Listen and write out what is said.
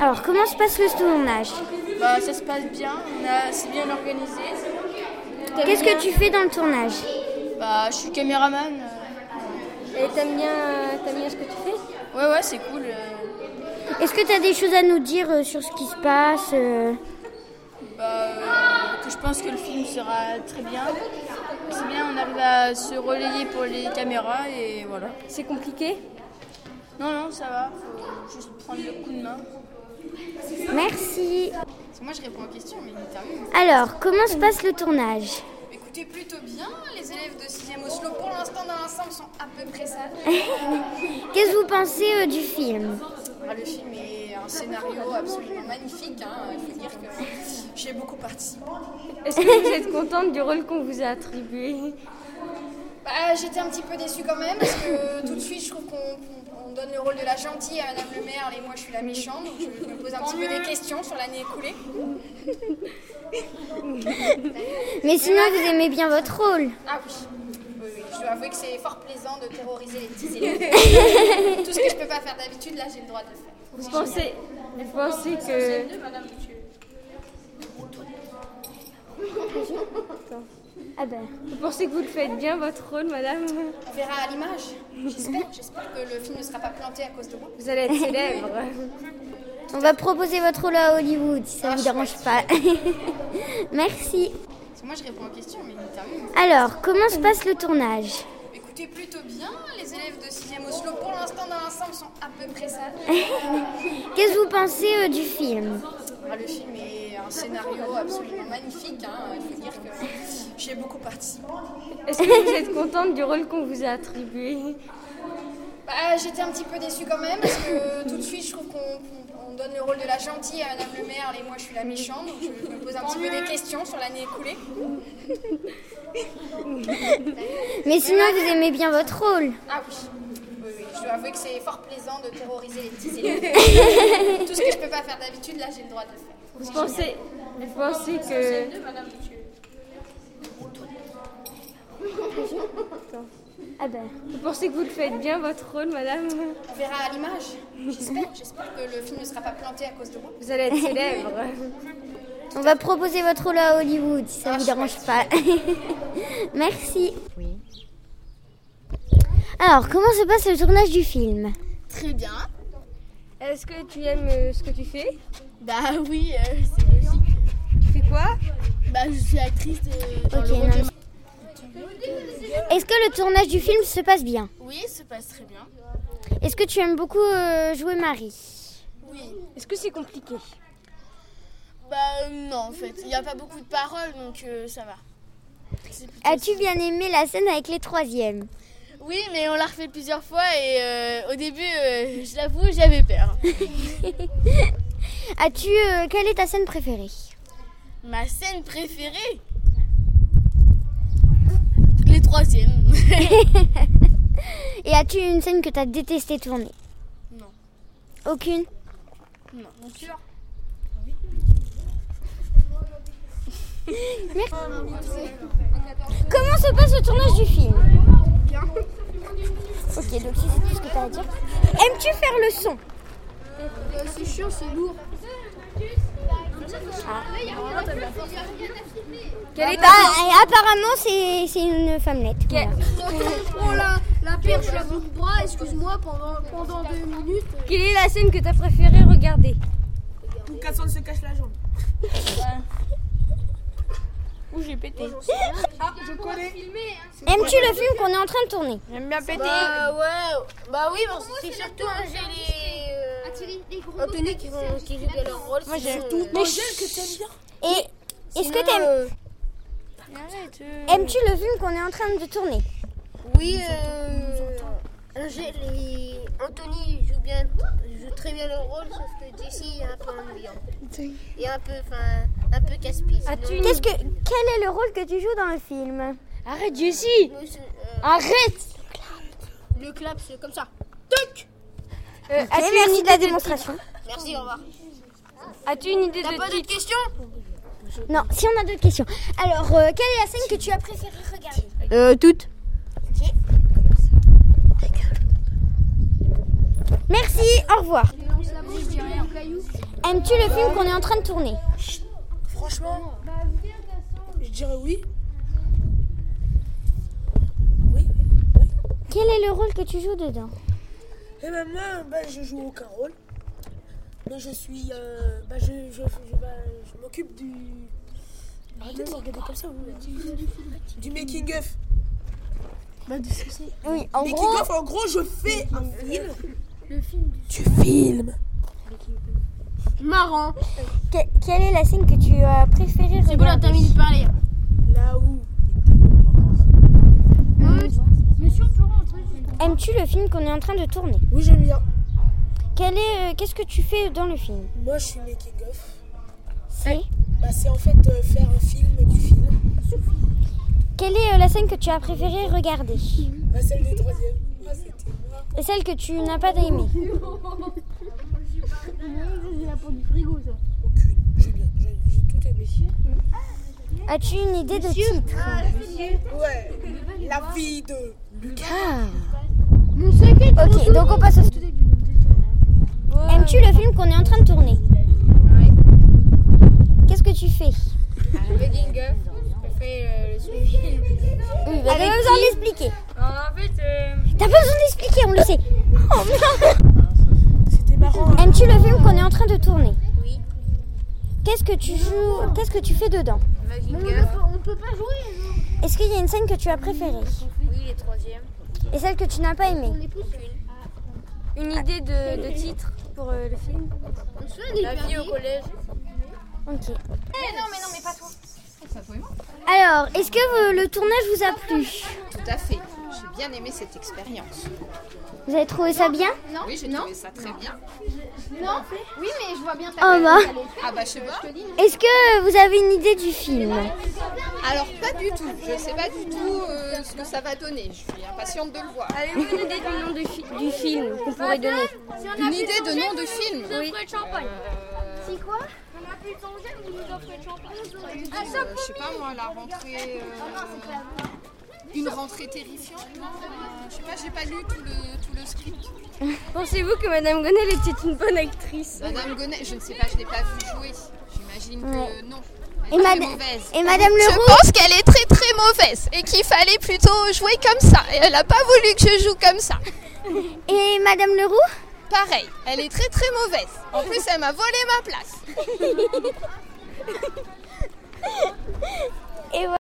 Alors, comment se passe le tournage Bah, ça se passe bien, on a- c'est bien organisé. Qu'est-ce que tu fais dans le tournage Bah, je suis caméraman. euh, Et t'aimes bien, euh, t'aimes bien ce que tu fais Ouais, ouais, c'est cool. euh, Est-ce que tu as des choses à nous dire euh, sur ce qui se passe euh Bah, euh, que je pense que le film sera très bien. C'est bien, on arrive à se relayer pour les caméras et voilà. C'est compliqué Non, non, ça va, faut juste prendre le coup de main. Merci. Parce que moi, je réponds aux questions, mais l'interview. Alors, comment se passe le tournage Écoutez, plutôt bien. Les élèves de 6e Oslo, pour l'instant, dans l'ensemble, sont à peu près sales. Qu'est-ce que vous pensez euh, du film Ah, le film est un scénario absolument magnifique. hein. Il faut dire que j'ai beaucoup participé. Est-ce que vous êtes contente du rôle qu'on vous a attribué Bah, J'étais un petit peu déçue quand même, parce que euh, tout de suite, je trouve qu'on on donne le rôle de la gentille à Madame le maire, et moi, je suis la méchante. Donc, je, je me pose un petit peu des questions sur l'année écoulée. Mais sinon, vous aimez bien votre rôle. Ah oui. Oui, oui, je dois avouer que c'est fort plaisant de terroriser les petits élèves. Tout ce que je peux pas faire d'habitude, là, j'ai le droit de le faire. Vous pensez, vous pensez que... Eh, Ah ben. Vous pensez que vous le faites bien, votre rôle, madame On verra à l'image. J'espère, j'espère que le film ne sera pas planté à cause de moi. Vous allez être célèbre. On va proposer votre rôle à Hollywood, si ça Ah, vous chouette. dérange pas. Merci. Parce que moi, je réponds aux questions, mais l'interview. Alors, comment se passe le tournage Écoutez, plutôt bien. Les élèves de 6e Oslo, pour l'instant, dans l'ensemble, sont à peu près sales. Qu'est-ce que vous pensez euh, du film Ah, le film est un scénario absolument magnifique. hein. Il faut dire que j'ai beaucoup participé. Est-ce que vous êtes contente du rôle qu'on vous a attribué Bah, J'étais un petit peu déçue quand même, parce que tout de suite, je trouve qu'on on- on donne le rôle de la gentille à Madame le maire, et moi, je suis la méchante. Donc, je, je me pose un petit peu des questions sur l'année écoulée. Mais sinon, vous aimez bien votre rôle. Ah oui. Oui, oui, je dois avouer que c'est fort plaisant de terroriser les petits élèves. Tout ce que je peux pas faire d'habitude, là, j'ai le droit de le faire. Vous pensez, vous pensez que... Ah ben. Vous pensez que vous le faites bien, votre rôle, madame On verra à l'image. J'espère, j'espère que le film ne sera pas planté à cause de moi. Vous allez être célèbre. On va proposer votre rôle à Hollywood, si ça vous dérange pas. Merci. Alors, comment se passe le tournage du film Très bien. Est-ce que tu aimes euh, ce que tu fais Bah oui, c'est logique. Tu fais quoi Bah, je suis actrice dans Ok, non, mais- Est-ce que le tournage du film se passe bien Oui, ça passe très bien. Est-ce que tu aimes beaucoup euh, jouer Marie Oui. Est-ce que c'est compliqué Bah euh, non, en fait, il n'y a pas beaucoup de paroles, donc euh, ça va. C'est plutôt- As-tu bien aimé la scène avec les troisièmes Oui, mais on l'a refait plusieurs fois et euh, au début, euh, je l'avoue, j'avais peur. As-tu euh, quelle est ta scène préférée Ma scène préférée Les troisièmes. Et as-tu une scène que t'as détesté tourner Non. Aucune non, bien sûr. Comment se passe le tournage du film Ok, donc si c'est tout ce que t'as à dire. Aimes-tu faire le son c'est chiant, c'est lourd. Ah. Bah, Eh ben euh, apparemment, c'est c'est une femmelette. voilà. Oh là, la perche à bout de bras, excuse-moi, pendant, pendant deux minutes. Quelle est la scène que t'as préféré regarder Où j'ai pété. Aimes-tu le film qu'on est en train de tourner J'aime bien péter. Bah ouais, bah oui, bon, c'est surtout hein, j'ai les. Euh, obtenus qui vont qui jouent de leur rôle. Moi j'aime tout. Et est-ce que t'aimes Arrête. aimes-tu le film qu'on est en train de tourner Oui, euh, j'ai les... Anthony joue, bien, joue très bien le rôle, sauf que Jessie est hein, un peu ennuyant. Et un peu, enfin, un peu casse-pied. As-tu sinon- une- Qu'est-ce que quel est le rôle que tu joues dans le film Arrête, Jessie Nous, euh, Arrête le clap, c'est comme ça. Euh, Ok, As-tu une Merci de idée la de démonstration. Merci, au revoir. As-tu une idée de titre Non, si on a d'autres questions. Alors, euh, quelle est la scène que tu as préférée regarder Euh, toutes. Merci, au revoir. Aimes-tu le film qu'on est en train de tourner Franchement, je dirais oui. Quel est le rôle que tu joues dedans Et ben moi, ben, je joue aucun rôle. Mais je suis. euh, ben, je je, je- ben, je m'occupe du. Arrêtez de me regarder comme ça, vous. Du making-of. Oui, en gros, Making-of, en gros, je fais un film. Tu filmes. Marrant. que- quelle est la scène que tu as préférée C'est bon, là, t'as mis de parler. Là où Aimes-tu le film qu'on est en train de tourner Oui, j'aime bien. Quel est, euh, Qu'est-ce que tu fais dans le film Moi, je suis making-of. C'est Bah, c'est en fait euh, faire un film du film. Quelle est euh, la scène que tu as préférée regarder Bah, celle des troisièmes. Ah, c'était moi. Et celle que tu n'as pas aimée Aucune. J'ai bien. j'ai- J'ai tout aimé. As-tu une idée de titre Ouais. La vie de. Ok, donc on passe au Aimes-tu le film qu'on est en train de tourner Qu'est-ce que tu fais Making of, je fais euh, le suivi. Oui, bah, t'as pas besoin d'expliquer. En fait, euh, T'as pas besoin d'expliquer, on le sait. Oh, merde. C'était marrant. Aimes-tu le film qu'on est en train de tourner Oui. Qu'est-ce que tu joues Qu'est-ce que tu fais dedans Est-ce qu'il y a une scène que tu as préférée oui, les troisièmes. Et celle que tu n'as pas aimée Une idée de, de titre pour euh, le film La vie au collège. Ok. non, mais non, mais pas toi. Alors, est-ce que euh, le tournage vous a plu Tout à fait. J'ai bien aimé cette expérience. Vous avez trouvé ça bien oui, j'ai trouvé ça très bien. Oh bah. Ah bah je sais pas. Est-ce que vous avez une idée du film Alors pas du tout. Je sais pas du tout euh, ce que ça va donner. Je suis impatiente de le voir. Une idée du nom de fi- du film qu'on pourrait donner. Une idée de nom de film. Oui. Euh, je sais pas moi la rentrée. euh, Une rentrée terrifiante. non Euh, Je sais pas. J'ai pas lu tout le tout le script. Pensez-vous que Madame Gonel était une bonne actrice Madame Gonnet, je ne sais pas. Je l'ai pas vu jouer. J'imagine que non. Et, Elle est mad- mauvaise. et Madame Je Leroux pense qu'elle est très très mauvaise et qu'il fallait plutôt jouer comme ça. Et elle n'a pas voulu que je joue comme ça. Et Madame Leroux Pareil, elle est très très mauvaise. En plus, elle m'a volé ma place. Et voilà.